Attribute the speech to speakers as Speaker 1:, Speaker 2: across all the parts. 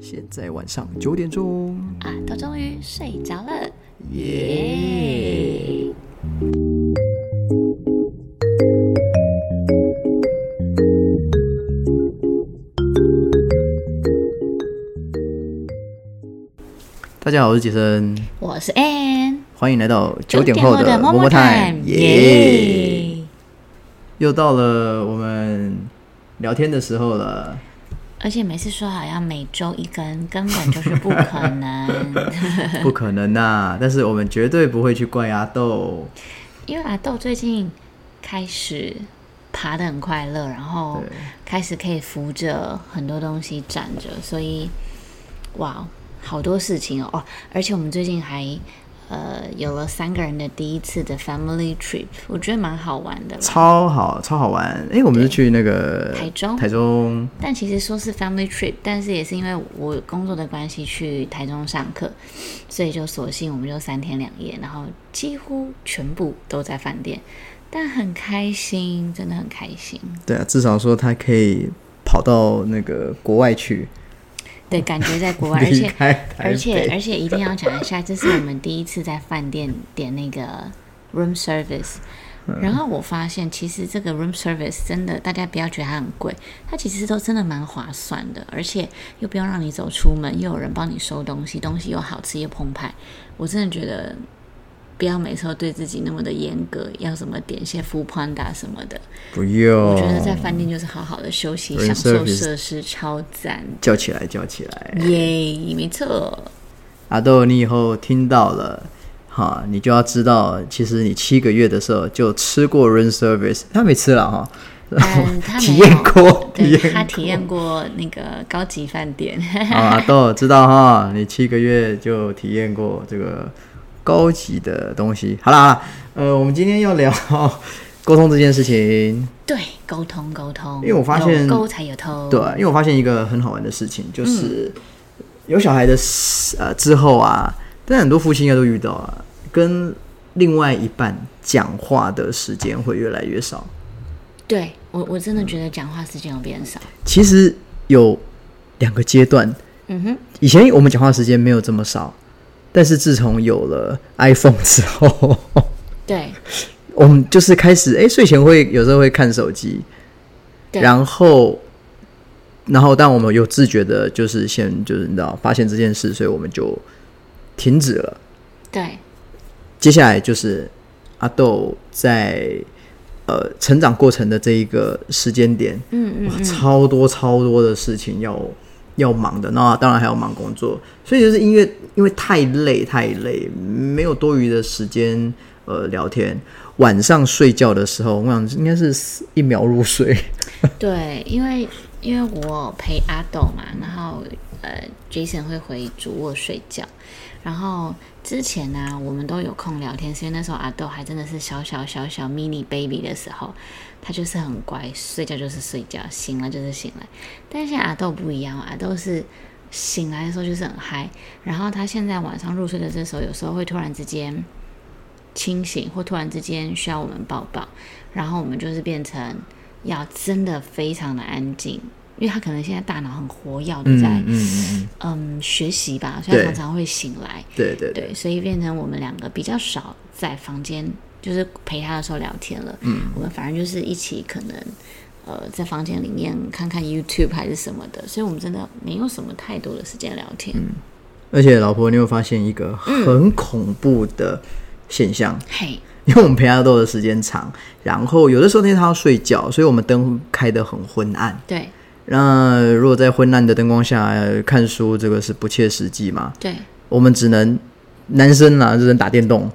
Speaker 1: 现在晚上九点钟，
Speaker 2: 啊，都终于睡着了。
Speaker 1: 耶、大家好，我是杰森，
Speaker 2: 我是 Ann，
Speaker 1: 欢迎来到九点后的摸摸 time，耶、
Speaker 2: 耶！
Speaker 1: 又到了我们聊天的时候 了。
Speaker 2: 而且每次说好要每周一根，根本就是不可能，
Speaker 1: 不可能呐、但是我们绝对不会去怪阿豆。
Speaker 2: 因为阿豆最近开始爬得很快乐，然后
Speaker 1: 对
Speaker 2: 开始可以扶着很多东西站着，所以哇，好多事情哦！哦而且我们最近还。呃，有了三个人的第一次的 family trip，我觉得蛮好玩的啦。
Speaker 1: 超好，超好玩！哎、我们是去那个
Speaker 2: 台中
Speaker 1: 台中
Speaker 2: 但其实说是 family trip，但是也是因为我工作的关系去台中上课，所以就索性我们就三天两夜，然后几乎全部都在饭店，但很开心，真的很开心。
Speaker 1: 对啊，至少说他可以跑到那个国外去，
Speaker 2: 对，感觉在国外，而
Speaker 1: 离
Speaker 2: 且
Speaker 1: 开台北。
Speaker 2: 而且而且一定要讲一下，这是我们第一次在饭店点那个 room service。然
Speaker 1: 嗯
Speaker 2: 后我发现，其实这个 room service 真的，大家不要觉得它很贵，它其实都真的蛮划算的，而且又不用让你走出门，又有人帮你收东西，东西又好吃又澎湃。我真的觉得，不要每次都对自己那么的严格，要什么点一些 f o o Panda 什么的。
Speaker 1: 不用，
Speaker 2: 我觉得在饭店就是好好的休息，
Speaker 1: 哦 room
Speaker 2: 享受
Speaker 1: service
Speaker 2: 设施，超赞
Speaker 1: 叫起来，叫起来！
Speaker 2: 的，耶！没错。
Speaker 1: 阿豆，你以后听到了。哈，你就要知道，其实你七个月的时候就吃过 room service，他没吃了哈，
Speaker 2: 嗯，他
Speaker 1: 体
Speaker 2: 没
Speaker 1: 验
Speaker 2: 有
Speaker 1: 过 体
Speaker 2: 对
Speaker 1: 验
Speaker 2: 他体验过那个高级饭店，
Speaker 1: 啊，豆知道哈，你七个月就体验过这个高级的东西。好啦，好啦呃，我们今天要聊沟通这件事情。
Speaker 2: 对，沟通沟通，
Speaker 1: 因为我发现
Speaker 2: 有沟才有通，
Speaker 1: 对，因为我发现一个很好玩的事情，就是有小孩的时呃之后啊，但很多夫妻应该都遇到啊，跟另外一半讲话的时间会越来越少。
Speaker 2: 对我我真的觉得讲话时间有变少，
Speaker 1: 其实有两个阶段，
Speaker 2: 嗯哼，
Speaker 1: 以前我们讲话时间没有这么少，但是自从有了 iPhone 之后。
Speaker 2: 对
Speaker 1: 我们就是开始，哎、睡前会有时候会看手机，
Speaker 2: 对
Speaker 1: 然后，然后，但我们有自觉的，就是先就是你知道发现这件事，所以我们就停止了。
Speaker 2: 对
Speaker 1: 接下来就是阿豆在呃成长过程的这一个时间点，
Speaker 2: 嗯嗯
Speaker 1: 哇，超多超多的事情要要忙的，那当然还要忙工作，所以就是因为因为太累太累，没有多余的时间呃聊天。晚上睡觉的时候，我想应该是一秒入睡，
Speaker 2: 对，因为因为我陪阿豆嘛，然后呃，Jason 会回主卧睡觉，然后之前呢、我们都有空聊天，是因为那时候阿豆还真的是小小小小 mini baby 的时候，他就是很乖，睡觉就是睡觉，醒了就是醒来。但是现在阿豆不一样，阿豆是醒来的时候就是很嗨，然后他现在晚上入睡的这时候，有时候会突然之间。清醒，或突然之间需要我们抱抱，然后我们就是变成要真的非常的安静，因为他可能现在大脑很活跃的在
Speaker 1: 嗯嗯，
Speaker 2: 嗯学习吧，所以他
Speaker 1: 对
Speaker 2: 常常会醒来，
Speaker 1: 对对对，
Speaker 2: 对，所以变成我们两个比较少在房间就是陪他的时候聊天了，嗯，我们反而就是一起可能呃在房间里面看看 YouTube 还是什么的，所以我们真的没有什么太多的时间聊天，
Speaker 1: 而且老婆，你有发现一个很恐怖的现象，
Speaker 2: 嘿，
Speaker 1: 因为我们陪阿豆的时间长，然后有的时候那天他要睡觉，所以我们灯开得很昏暗。
Speaker 2: 对
Speaker 1: 那如果在昏暗的灯光下呃看书，这个是不切实际嘛？
Speaker 2: 对
Speaker 1: 我们只能男生啦，只能打电动、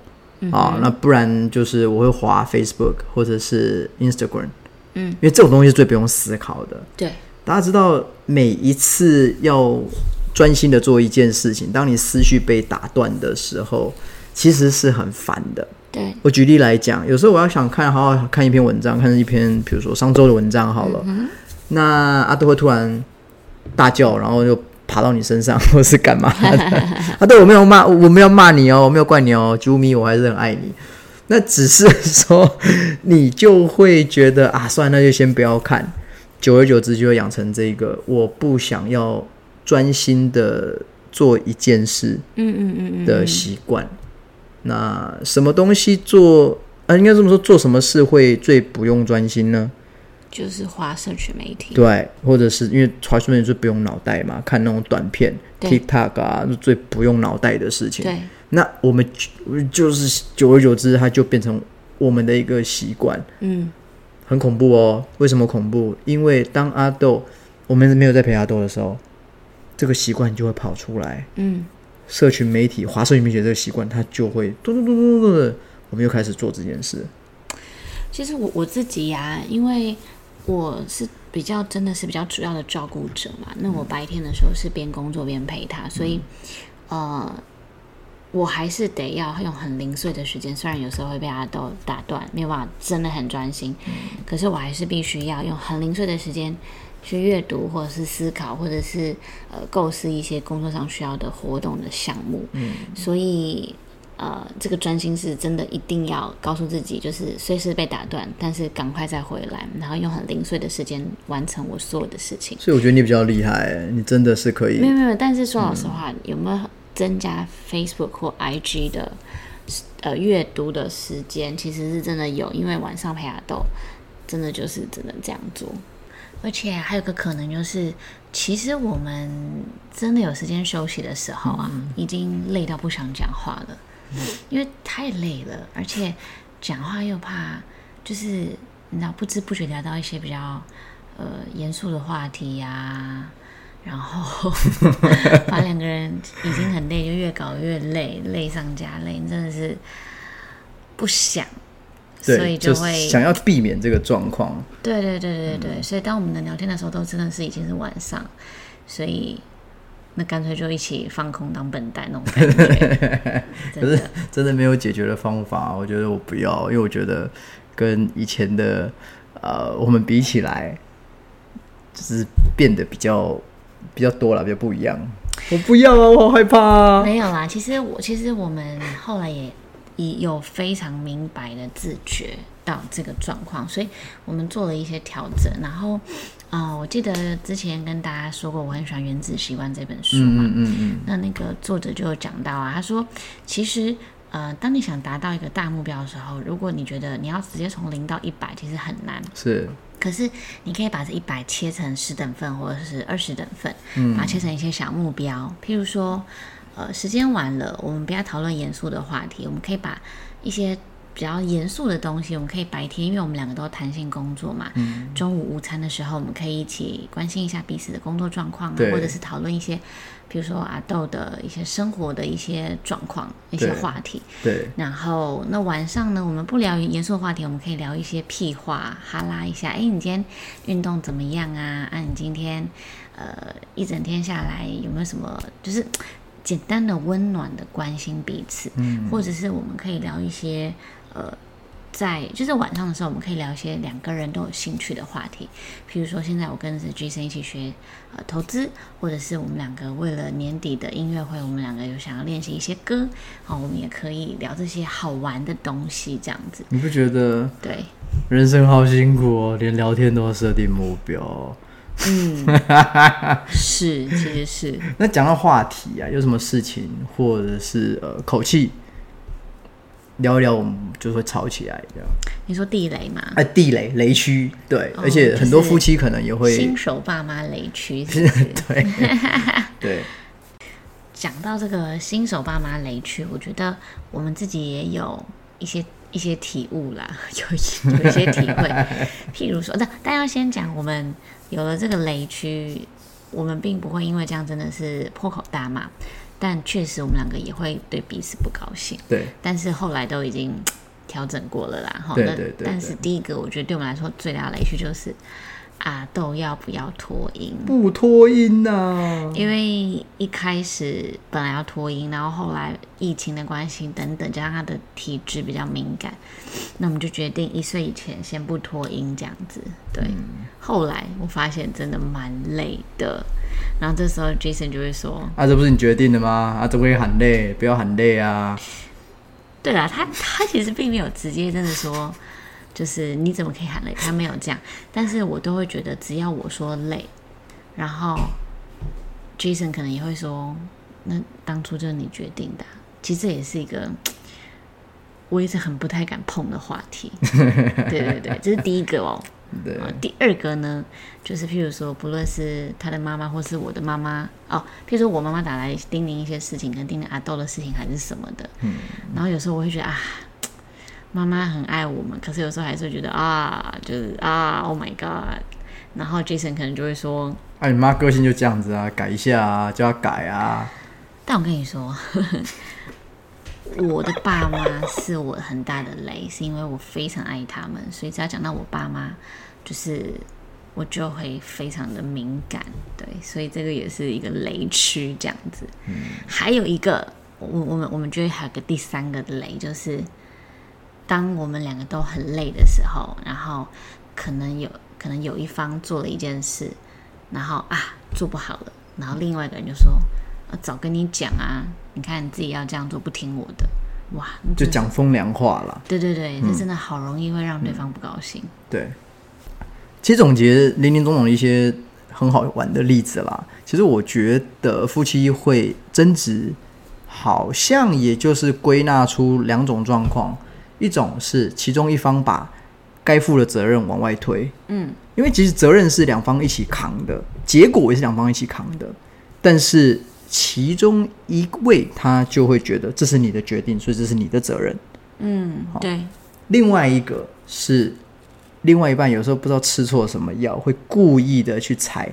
Speaker 1: 啊，那不然就是我会滑 Facebook 或者是 Instagram，
Speaker 2: 嗯，
Speaker 1: 因为这种东西是最不用思考的。
Speaker 2: 对
Speaker 1: 大家知道，每一次要专心的做一件事情，当你思绪被打断的时候，其实是很烦的。
Speaker 2: 对
Speaker 1: 我举例来讲，有时候我要想看，好好看一篇文章，看一篇比如说商周的文章好了，那阿豆会突然大叫，然后就爬到你身上， 或是干嘛的？阿豆，我没有骂，我没有骂你哦，我没有怪你哦，啾咪，我还是很爱你。那只是 说，你就会觉得啊，算了，那就先不要看。久而久之，就会养成这个我不想要专心的做一件事
Speaker 2: 嗯嗯嗯嗯，
Speaker 1: 的习惯。那什么东西做？呃，应该这么说，做什么事会最不用专心呢？
Speaker 2: 就是花社群媒体，
Speaker 1: 对，或者是因为传说媒体最不用脑袋嘛，看那种短片、
Speaker 2: 对
Speaker 1: TikTok 啊，是最不用脑袋的事情。
Speaker 2: 对
Speaker 1: 那我们就就是久而久之，它就变成我们的一个习惯，
Speaker 2: 嗯，
Speaker 1: 很恐怖哦。为什么恐怖？因为当阿豆我们没有在陪阿豆的时候，这个习惯就会跑出来。
Speaker 2: 嗯，
Speaker 1: 社群媒体、华社群媒体的这个习惯，它就会咚咚咚咚咚的，我们又开始做这件事。
Speaker 2: 其实我我自己呀、因为我是比较真的是比较主要的照顾者嘛，那我白天的时候是边工作边陪他，所以、呃，我还是得要用很零碎的时间，虽然有时候会被阿豆打断，没有办法真的很专心，可是我还是必须要用很零碎的时间。去阅读，或者是思考，或者是呃构思一些工作上需要的活动的项目。嗯，所以呃，这个专心是真的一定要告诉自己，就是随时被打断，但是赶快再回来，然后用很零碎的时间完成我所有的事情。
Speaker 1: 所以我觉得你比较厉害，你真的是可以
Speaker 2: 没有没有，但是说老实话，有没有增加 Facebook 或 IG 的呃阅读的时间？其实是真的有，因为晚上陪阿豆，真的就是只能这样做。而且还有个可能就是，其实我们真的有时间休息的时候啊，已经累到不想讲话了，因为太累了，而且讲话又怕，就是你知道不知不觉聊到一些比较呃严肃的话题呀、然后 把两个人已经很累，就越搞越累，累上加累，你真的是不想，所
Speaker 1: 对，
Speaker 2: 以就
Speaker 1: 就
Speaker 2: 会
Speaker 1: 是想嗯要避免这个状况。
Speaker 2: 对对对对对，所以当我们能聊天的时候，都真的是已经是晚上，所以那干脆就一起放空当笨蛋那种 感觉。真
Speaker 1: 可是
Speaker 2: 的，
Speaker 1: 真的没有解决的方法，我觉得我不要，因为我觉得跟以前的呃我们比起来，就是变得比较比较多了，比较不一样。我不要啊，我好害怕啊！
Speaker 2: 没有啦。其实我其实我们后来也也有非常明白的自觉到这个状况，所以我们做了一些调整。然后，啊，我记得之前跟大家说过，我很喜欢《原子习惯》这本书嘛。
Speaker 1: 嗯嗯嗯，
Speaker 2: 那那个作者就有讲到啊，他说，其实呃，当你想达到一个大目标的时候，如果你觉得你要直接从零到一百，其实很难。
Speaker 1: 是
Speaker 2: 可是你可以把这一百切成十等份或者是二十等份，
Speaker 1: 嗯
Speaker 2: 把它切成一些小目标，譬如说，呃，时间晚了，我们不要讨论严肃的话题，我们可以把一些。比较严肃的东西，我们可以白天，因为我们两个都弹性工作嘛，
Speaker 1: 嗯
Speaker 2: 中午午餐的时候，我们可以一起关心一下彼此的工作状况啊，
Speaker 1: 对
Speaker 2: 或者是讨论一些，比如说阿豆的一些生活的一些状况、一些
Speaker 1: 对
Speaker 2: 话题。
Speaker 1: 对
Speaker 2: 然后那晚上呢，我们不聊严肃的话题，我们可以聊一些屁话，哈拉一下。哎，你今天运动怎么样啊？啊，你今天呃一整天下来有没有什么就是简单的温暖的关心彼此？嗯，或者是我们可以聊一些呃。在就是晚上的时候，我们可以聊一些两个人都有兴趣的话题，比如说现在我跟着 Jason 一起学呃投资，或者是我们两个为了年底的音乐会，我们两个有想要练习一些歌，哦，我们也可以聊这些好玩的东西，这样子。
Speaker 1: 你不觉得
Speaker 2: 对，
Speaker 1: 人生好辛苦哦？连聊天都要设定目标。
Speaker 2: 嗯，是，其实是，
Speaker 1: 那讲到话题啊，有什么事情或者是呃口气聊一聊，我们就会吵起来这样。
Speaker 2: 你说地雷嘛，
Speaker 1: 哎，地雷雷区，对，
Speaker 2: 哦
Speaker 1: 而且很多
Speaker 2: 就是
Speaker 1: 夫妻可能也会
Speaker 2: 新手爸妈雷区是不是？
Speaker 1: 对对，
Speaker 2: 讲到这个新手爸妈雷区，我觉得我们自己也有一些一些体悟啦， 有一有一些体 会。譬如说，但但要先讲，我们有了这个雷区，我们并不会因为这样真的是破口大骂，但确实我们两个也会对彼此不高兴。
Speaker 1: 对，
Speaker 2: 但是后来都已经调整过了啦，哈。
Speaker 1: 对
Speaker 2: 那
Speaker 1: 对对
Speaker 2: 但是第一个，我觉得对我们来说最大的雷区就是阿豆要不要脱音？
Speaker 1: 不脱音呐、
Speaker 2: 因为一开始本来要脱音，然后后来疫情的关系等等，加上他的体质比较敏感，那我们就决定一岁以前先不脱音这样子。对，后来我发现真的蛮累的，然后这时候 Jason 就会说
Speaker 1: 啊，这不是你决定的吗？啊，这不可以喊累，不要喊累啊。
Speaker 2: 对啦，他他其实并没有直接真的说，就是你怎么可以喊累，他没有这样，但是我都会觉得只要我说累，然后 Jason 可能也会说，那当初就是你决定的啊、其实这也是一个我一直很不太敢碰的话题。对对对，这是第一个哦。
Speaker 1: 对
Speaker 2: 啊第二个呢，就是譬如说，不论是他的妈妈或是我的妈妈哦，譬如说我妈妈打来叮咛一些事情，跟叮咛阿豆的事情还是什么的，嗯，然后有时候我会觉得啊，妈妈很爱我们，可是有时候还是会觉得啊，就是啊，Oh my God，然后 Jason 可能就会说，
Speaker 1: 啊，你妈个性就这样子啊，改一下啊，叫她改啊。
Speaker 2: 但我跟你说， 我的爸妈是我很大的雷，是因为我非常爱他们，所以只要讲到我爸妈，就是我就会非常的敏感，对，所以这个也是一个雷区这样子。还有一个，我我们我们觉得还有个第三个雷，就是当我们两个都很累的时候，然后可能有可能有一方做了一件事，然后啊做不好了，然后另外一个人就说：“啊、早跟你讲啊，你看你自己要这样做，不听我的。”哇，那
Speaker 1: 就
Speaker 2: 真的
Speaker 1: 讲风凉话啦。
Speaker 2: 对对对，这真的好容易会让对方不高兴。
Speaker 1: 对，其实总结林林总总的一些很好玩的例子啦。其实我觉得夫妻会争执，好像也就是归纳出两种状况，一种是其中一方把该负的责任往外推，
Speaker 2: 嗯，
Speaker 1: 因为其实责任是两方一起扛的，结果也是两方一起扛的，但是其中一位他就会觉得这是你的决定，所以这是你的责任。
Speaker 2: 嗯，对，
Speaker 1: 另外一个是另外一半有时候不知道吃错什么药，会故意的去踩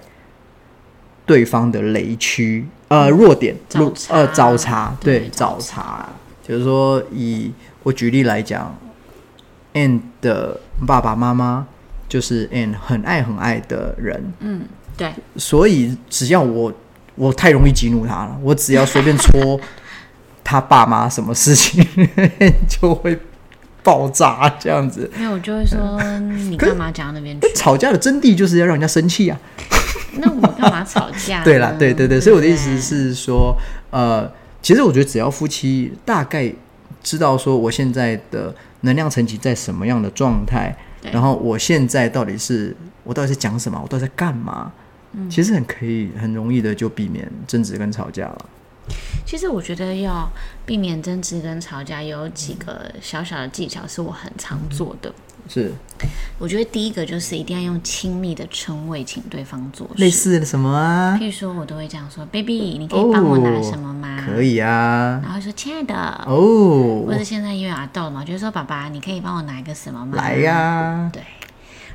Speaker 1: 对方的雷区，呃，弱点，
Speaker 2: 找
Speaker 1: 弱呃，
Speaker 2: 茬
Speaker 1: 找茬，
Speaker 2: 对
Speaker 1: 对，
Speaker 2: 找
Speaker 1: 找茬。就是说，以我举例来讲，Anne 的爸爸妈妈就是 Anne 很爱很爱的人，
Speaker 2: 嗯，对，
Speaker 1: 所以只要我我太容易激怒他了，我只要随便戳他爸妈什么事情， 就会爆炸这样子。
Speaker 2: 因为我就会 说你干嘛讲到那边去
Speaker 1: 那？吵架的真谛就是要让人家生气啊！
Speaker 2: 那我们干嘛吵架 呢？
Speaker 1: 对啦，对对对，
Speaker 2: 不
Speaker 1: 所以我的意思，是说，呃，其实我觉得只要夫妻大概知道说我现在的能量层级在什么样的状态，
Speaker 2: 对
Speaker 1: 然后我现在到底是我到底是讲什么，我到底在干嘛，其实很可以很容易的就避免争执跟吵架了。
Speaker 2: 其实我觉得要避免争执跟吵架，有几个小小的技巧是我很常做的。
Speaker 1: 是
Speaker 2: 我觉得第一个就是一定要用亲密的称谓请对方做
Speaker 1: 类
Speaker 2: 事，
Speaker 1: 似的什么啊
Speaker 2: 譬？如说我都会这样说：“baby，你可以帮我拿什么吗？”
Speaker 1: 哦可以啊。
Speaker 2: 然后说：“亲爱的。”
Speaker 1: 哦
Speaker 2: 或，者现在因为阿豆嘛，就是说爸爸，你可以帮我拿一个什么吗？
Speaker 1: 来呀、
Speaker 2: 对，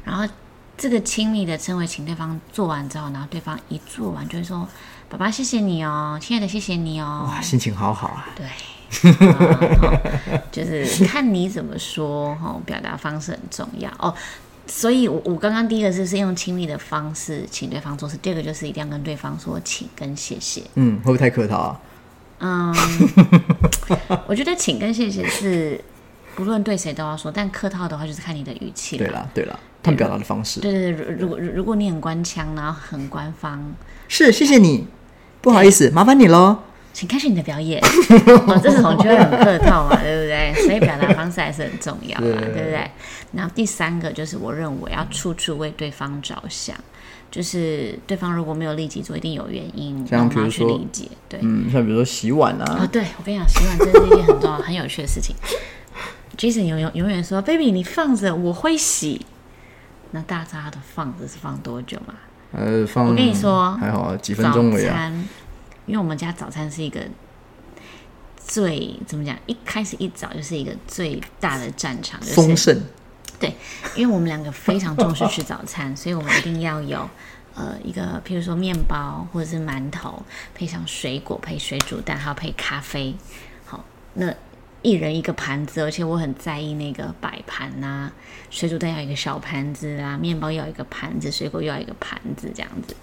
Speaker 2: 然后这个亲密的称谓，请对方做完之后，然后对方一做完就会说：“爸爸，谢谢你哦，亲爱的，谢谢你哦。
Speaker 1: 哇，心情好好啊。
Speaker 2: 对，啊好就是看你怎么说哈、哦，表达方式很重要哦。所以我，我刚刚第一个就是用亲密的方式请对方做事，第二个就是一定要跟对方说请跟谢谢。
Speaker 1: 嗯，会不会太客套啊？
Speaker 2: 嗯，我觉得请跟谢谢是不论对谁都要说，但客套的话就是看你的语气
Speaker 1: 对
Speaker 2: 了。
Speaker 1: 啦，对啦，他们表达的方式
Speaker 2: 对对对，如如果如果你很官腔，然后很官方，
Speaker 1: 是谢谢你，不好意思，麻烦你喽。
Speaker 2: 请开始你的 表演。哦，这种就会很客套嘛， 对不对？所以表达方式还是很重要嘛，对不对？然后第三个就是，我认为要处处为对方着想，就是对方如果没有立即做，一定有原因，
Speaker 1: 像
Speaker 2: 然后
Speaker 1: 比如
Speaker 2: 我们要去
Speaker 1: 说
Speaker 2: 理解。对，
Speaker 1: 嗯，像比如说洗碗
Speaker 2: 啊、
Speaker 1: 啊，
Speaker 2: 对我跟你讲，洗碗真的是一件很重要、很有趣的事情。Jason 永永永远说：“Baby，你放着，我会洗。”那大家知道他的放着是放多久吗？
Speaker 1: 呃，放
Speaker 2: 我跟你说
Speaker 1: 还好啊几分
Speaker 2: 早
Speaker 1: 钟而已、啊。
Speaker 2: 餐，因为我们家早餐是一个最怎么讲，一开始一早就是一个最大的战场，就是
Speaker 1: 丰盛，
Speaker 2: 对，因为我们两个非常重视吃早餐，所以我们一定要有呃一个，譬如说面包或者是馒头，配上水果，配水煮蛋，还要配咖啡。好，那一人一个盘子，而且我很在意那个摆盘呐、水煮蛋要一个小盘子啊，面包要一个盘子，水果要一个盘子这样子。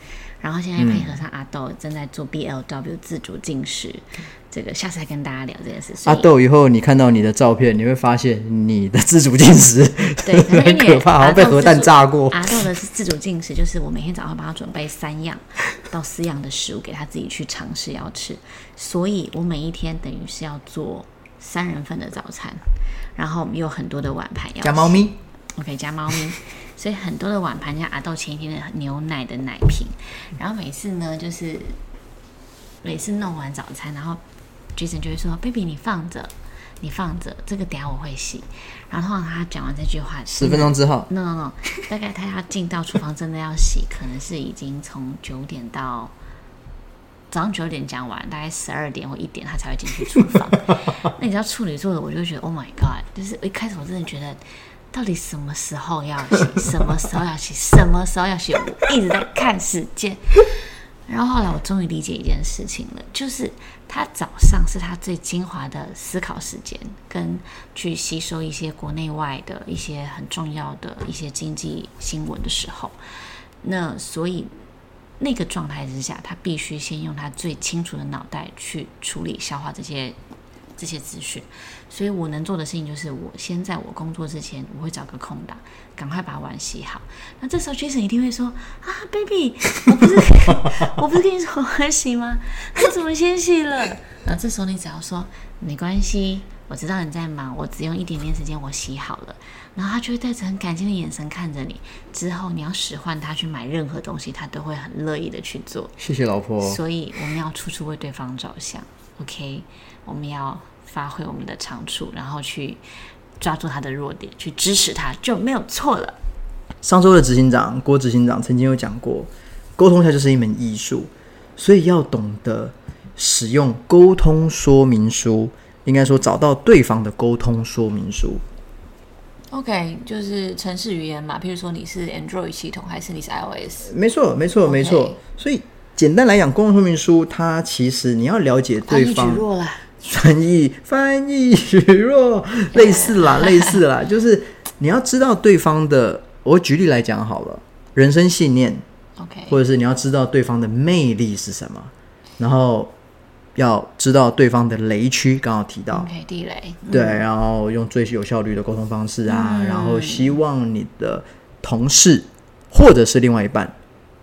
Speaker 2: 然后现在配合
Speaker 1: 嗯
Speaker 2: 上阿豆正在做 BLW 自主进食，这个下次再跟大家聊这件事。所
Speaker 1: 阿
Speaker 2: 以
Speaker 1: 啊豆，以后你看到你的照片，你会发现你的自主进 食
Speaker 2: 对，可是
Speaker 1: 很
Speaker 2: 因为啊
Speaker 1: 可怕，好像被核弹炸过。
Speaker 2: 阿啊豆的是自主进食，就是我每天早上帮他准备三样到四样的食物给他自己去尝试要吃，所以我每一天等于是要做三人份的早餐，然后我们有很多的碗盘要
Speaker 1: 加猫咪，
Speaker 2: OK 加猫咪，所以很多的碗盘像阿豆前一天的牛奶的奶瓶，然后每次呢就是每次弄完早餐，然后 Jason 就会说：“baby，你放着，你放着，这个等一下我会洗。”然后通常他讲完这句话，
Speaker 1: 十分钟之后，
Speaker 2: no no no，大概他要进到厨房真的要洗，可能是已经从九点到早上九点讲完，大概十二点或一点他才会进去厨房。那你知道处女座的，我就觉得 Oh my God，就是一开始我真的觉得。到底什么时候要洗？什么时候要洗？什么时候要洗？我一直在看时间，然后后来我终于理解一件事情了，就是他早上是他最精华的思考时间，跟去吸收一些国内外的一些很重要的一些经济新闻的时候，那所以那个状态之下，他必须先用他最清楚的脑袋去处理消化这些这些资讯。所以我能做的事情就是，我先在我工作之前，我会找个空档，赶快把碗洗好。那这时候 Jason 一定会说：“啊，baby，我不是 我不是跟你说我要洗吗？我怎么先洗了？”然后这时候你只要说：“没关系，我知道你在忙，我只用一点点时间，我洗好了。”然后他就会带着很感激的眼神看着你。之后你要使唤他去买任何东西，他都会很乐意的去做。
Speaker 1: 谢谢老
Speaker 3: 哦
Speaker 1: 婆。
Speaker 2: 所以我们要处处为对方着想，OK？我们要发挥我们的长处，然后去抓住他的弱点，去支持他，就没有错了。
Speaker 1: 上周的执行长郭执行长曾经有讲过，沟通它就是一门艺术，所以要懂得使用沟通说明书，应该说找到对方的沟通说明书。
Speaker 3: OK，就是城市语言嘛，譬如说你是 Android 系统还是你是 iOS，
Speaker 1: 没错，没错，没错。所以简单来讲，沟通说明书它其实你要了解
Speaker 3: 翻
Speaker 1: 对
Speaker 3: 译举
Speaker 1: 方，
Speaker 3: 弱啦。
Speaker 1: 翻译翻译许若， 类似啦，类似啦，就是你要知道对方的。我举例来讲好了，人生信念，
Speaker 3: OK，
Speaker 1: 或者是你要知道对方的魅力是什么，然后要知道对方的雷区，刚好提到。
Speaker 3: OK，地雷。
Speaker 1: 对，然后用最有效率的沟通方式啊，然后希望你的同事或者是另外一半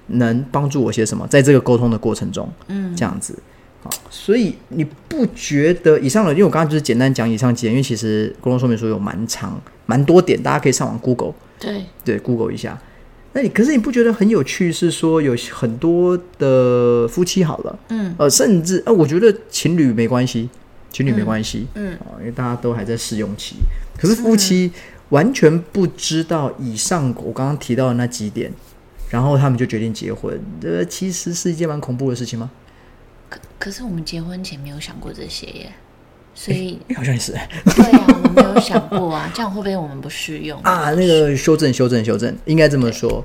Speaker 1: 能帮助我些什么，在这个沟通的过程中，嗯，这样子。好，所以你不觉得以上的，因为我刚刚就是简单讲以上几点，因为其实沟通说明书有蛮长、蛮多点，大家可以上网 Google
Speaker 3: 对，
Speaker 1: 对 Google 一下。那你可是你不觉得很有趣？是说有很多的夫妻好了，嗯，呃，甚至呃，我觉得情侣没关系，情侣没关系，嗯，哦，因为大家都还在试用期。可是夫妻完全不知道以上我刚刚提到的那几点，然后他们就决定结婚，这其实是一件蛮恐怖的事情吗？
Speaker 3: 可可是我们结婚前没有想过这些 耶，所以
Speaker 1: 哎好像也是
Speaker 3: 对啊，我们没有想过啊，这样会不会我们不适用？
Speaker 1: 啊，那个修正修正修正，应该这么说，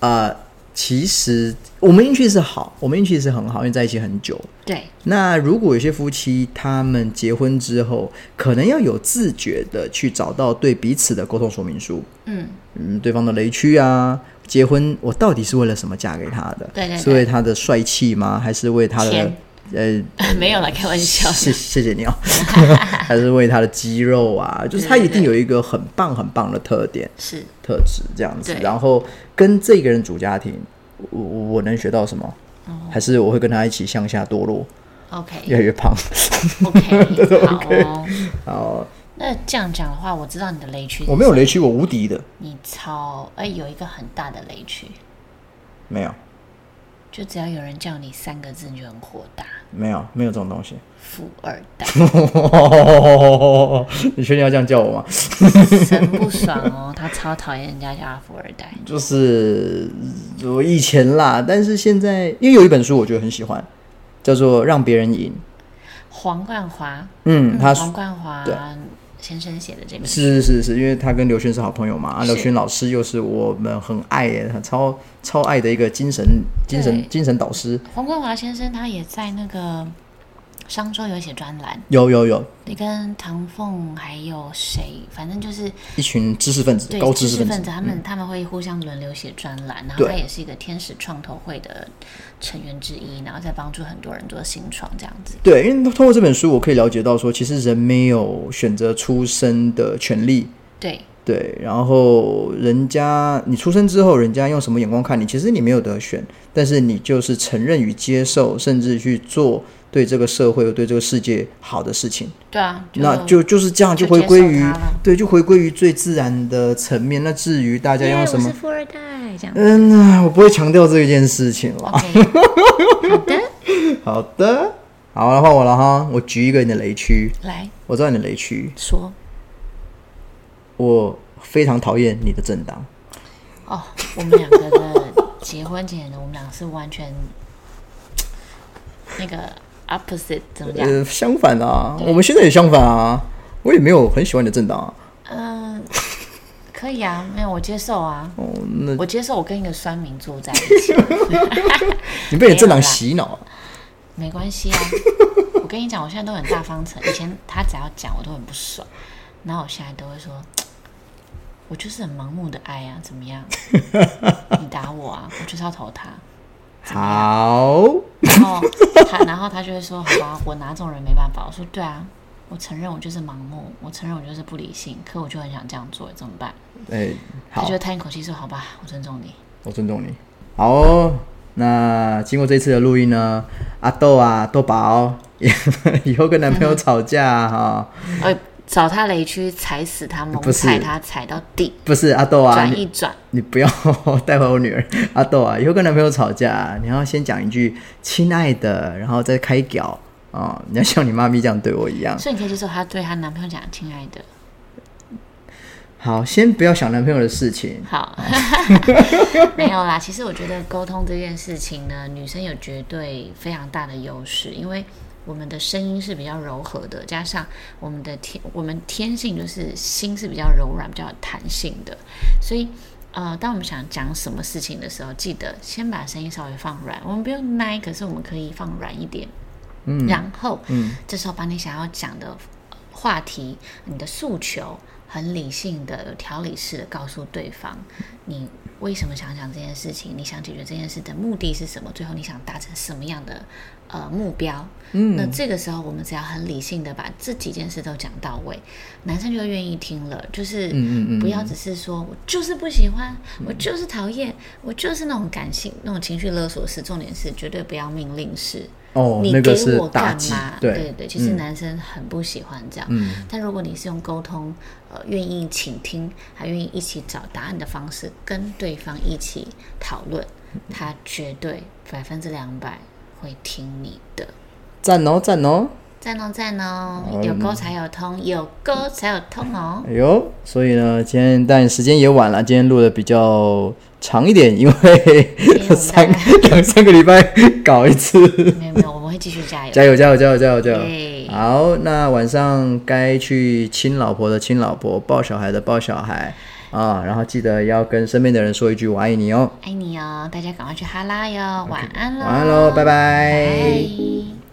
Speaker 1: 啊，其实我们运气是好，我们运气是很好，因为在一起很久，
Speaker 3: 对，
Speaker 1: 那如果有些夫妻他们结婚之后，可能要有自觉的去找到对彼此的沟通说明书，
Speaker 3: 嗯，
Speaker 1: 嗯，对方的雷区啊，结婚我到底是为了什么嫁给他的？
Speaker 3: 对对对
Speaker 1: 是为他的帅气吗？还是为他的
Speaker 3: 钱
Speaker 1: 呃？
Speaker 3: 没有啦，开玩笑。
Speaker 1: 谢谢谢 你哦，还是为他的肌肉啊，就是他一定有一个很棒很棒的特点
Speaker 3: 是
Speaker 1: 特质这样子，
Speaker 3: 对
Speaker 1: 然后跟这个人组家庭，我我我能学到什么？
Speaker 3: 哦
Speaker 1: 还是我会跟他一起向下堕落，越
Speaker 3: OK
Speaker 1: 来越胖。
Speaker 3: OK，好哦。
Speaker 1: 哦，
Speaker 3: 那这样讲的话，我知道你的雷区，
Speaker 1: 我没有雷区，我无敌的，
Speaker 3: 你超哎、有一个很大的雷区，
Speaker 1: 没有，
Speaker 3: 就只要有人叫你三个字，你就很火大，
Speaker 1: 没有，没有这种东西。
Speaker 3: 富二代，
Speaker 1: 你确定要这样叫我吗？
Speaker 3: 神不爽哦，他超讨厌人家叫他富二代。
Speaker 1: 就是呃我以前啦，但是现在，因为有一本书我觉得很喜欢，叫做《让别人赢》。
Speaker 3: 黄冠华，
Speaker 1: 嗯，他
Speaker 3: 黄冠华
Speaker 1: 对
Speaker 3: 先生写的这本书，
Speaker 1: 是是是是，因为他跟刘轩是好朋友嘛，啊，
Speaker 3: 是
Speaker 1: 刘轩老师又是我们很爱、很超超爱的一个精神精神
Speaker 3: 对
Speaker 1: 精神导师。
Speaker 3: 黄冠华先生他也在那个商周有写专栏，
Speaker 1: 有有有，
Speaker 3: 你跟唐凤还有谁，反正就是
Speaker 1: 一群知识分子，
Speaker 3: 对
Speaker 1: 高
Speaker 3: 知
Speaker 1: 知识分子，嗯
Speaker 3: 他们、他们会互相轮流写专栏，然后
Speaker 1: 对
Speaker 3: 他也是一个天使创投会的成员之一，然后再帮助很多人做新创这样子。
Speaker 1: 对，因为通过这本书，我可以了解到说，其实人没有选择出生的权利。
Speaker 3: 对，
Speaker 1: 对，然后人家你出生之后，人家用什么眼光看你，其实你没有得选，但是你就是承认与接受，甚至去做对这个社会、对这个世界好的事情。
Speaker 3: 对啊，
Speaker 1: 那就就是这样，
Speaker 3: 就
Speaker 1: 回归
Speaker 3: 接受
Speaker 1: 于
Speaker 3: 它了
Speaker 1: 对，就回归于最自然的层面。那至于大家
Speaker 3: 因为我
Speaker 1: 用什么
Speaker 3: 是，富二代这样。
Speaker 1: 嗯，我不会强调这一件事情了。
Speaker 3: OK，好的，
Speaker 1: 好的，好，然后我了哈，我举一个你的雷区，
Speaker 3: 来
Speaker 1: 我知道你的雷区，
Speaker 3: 说
Speaker 1: 我非常讨厌你的政党。
Speaker 2: 哦，我们两个的结婚前，我们俩是完全那个 opposite 怎么讲？
Speaker 1: 呃，相反啊，我们现在也相反啊，我也没有很喜欢你的政党啊。
Speaker 2: 嗯、可以啊，没有我接受啊，
Speaker 1: 哦，那
Speaker 2: 我接受我跟一个酸民坐在一起，
Speaker 1: 你被你的政
Speaker 2: 没有啦
Speaker 1: 党洗脑啊？
Speaker 2: 没关系 啊。我跟你讲，我现在都很大方程，以前他只要讲我都很不爽，然后我现在都会说，我就是很盲目的爱啊，怎 么样？你打我啊，我就是要投他。
Speaker 1: 好，
Speaker 2: 然后 他，然后他就会说：“好吧，我拿这种人没办法。”我说：“对啊，我承认我就是盲目，我承认我就是不理性，可我就很想这样做，怎么办
Speaker 1: 哎，？”
Speaker 2: 他
Speaker 1: 好
Speaker 2: 就，叹一口气说：“好吧，我尊重你。
Speaker 1: 我尊重你。好哦、那经过这次的录音呢，阿豆啊，豆宝， 以后跟男朋友吵架啊哈、
Speaker 2: 呃，找他雷区踩死他，猛
Speaker 1: 不是
Speaker 2: 踩他踩到底，
Speaker 1: 不是阿豆啊，
Speaker 2: 转
Speaker 1: 你
Speaker 2: 一转。
Speaker 1: 你不要带回我女儿阿豆啊，以后跟男朋友吵架啊，你要先讲一句“亲爱的”，然后再开屌啊、你要像你妈咪这样对我一样。
Speaker 2: 所以你可以接受她对她男朋友讲“亲爱的
Speaker 1: 好，先不要想男朋友的事情”，。
Speaker 2: 好，没有啦。其实我觉得沟通这件事情呢，女生有绝对非常大的优势，因为我们的声音是比较柔和的，加上我们的天，我们天性就是心是比较柔软、比较有弹性的，所以。呃，当我们想讲什么事情的时候，记得先把声音稍微放软，我们不用奶，可是我们可以放软一点。嗯，然后，嗯，这时候把你想要讲的呃话题、你的诉求，很理性的、有条理式的告诉对方，你为什么想讲这件事情，你想解决这件事的目的是什么，最后你想达成什么样的呃目标。嗯，那这个时候我们只要很理性的把这几件事都讲到位，男生就会愿意听了，就是
Speaker 1: 嗯嗯嗯嗯
Speaker 2: 不要只是说我就是不喜欢，我就是讨厌，我就是那种感性、那种情绪勒索式。重点是绝对不要命令式。
Speaker 1: 哦，
Speaker 2: 你
Speaker 1: 那
Speaker 2: 给
Speaker 1: 个是
Speaker 2: 我
Speaker 1: 打
Speaker 2: 干
Speaker 1: 击
Speaker 2: 嘛？，
Speaker 1: 对嗯
Speaker 2: 对其实男生很不喜欢这样。但如果你是用沟通，呃，愿意倾听，还愿意一起找答案的方式，跟对方一起讨论，
Speaker 1: 嗯
Speaker 2: 他绝对百分之两百会听你的。
Speaker 1: 赞哦赞哦，
Speaker 2: 赞哦赞哦，有沟才有通，有沟才有通哦。
Speaker 1: 哎呦，所以呢，今天但时间也晚了，今天录的比较长一点，因为
Speaker 2: 因为
Speaker 1: 三
Speaker 2: 我们大
Speaker 1: 两三个礼拜搞一 次。
Speaker 2: 没有没有，我们会继续加油。
Speaker 1: 加油加油加油加油加
Speaker 2: 耶
Speaker 1: 油！好，那晚上该去亲老婆的亲老婆，抱小孩的抱小孩啊，然后记得要跟身边的人说一句“我爱你”哦。
Speaker 2: 爱你哦，大家赶快去哈拉哟，晚安喽，
Speaker 1: 晚安喽，拜拜
Speaker 2: 拜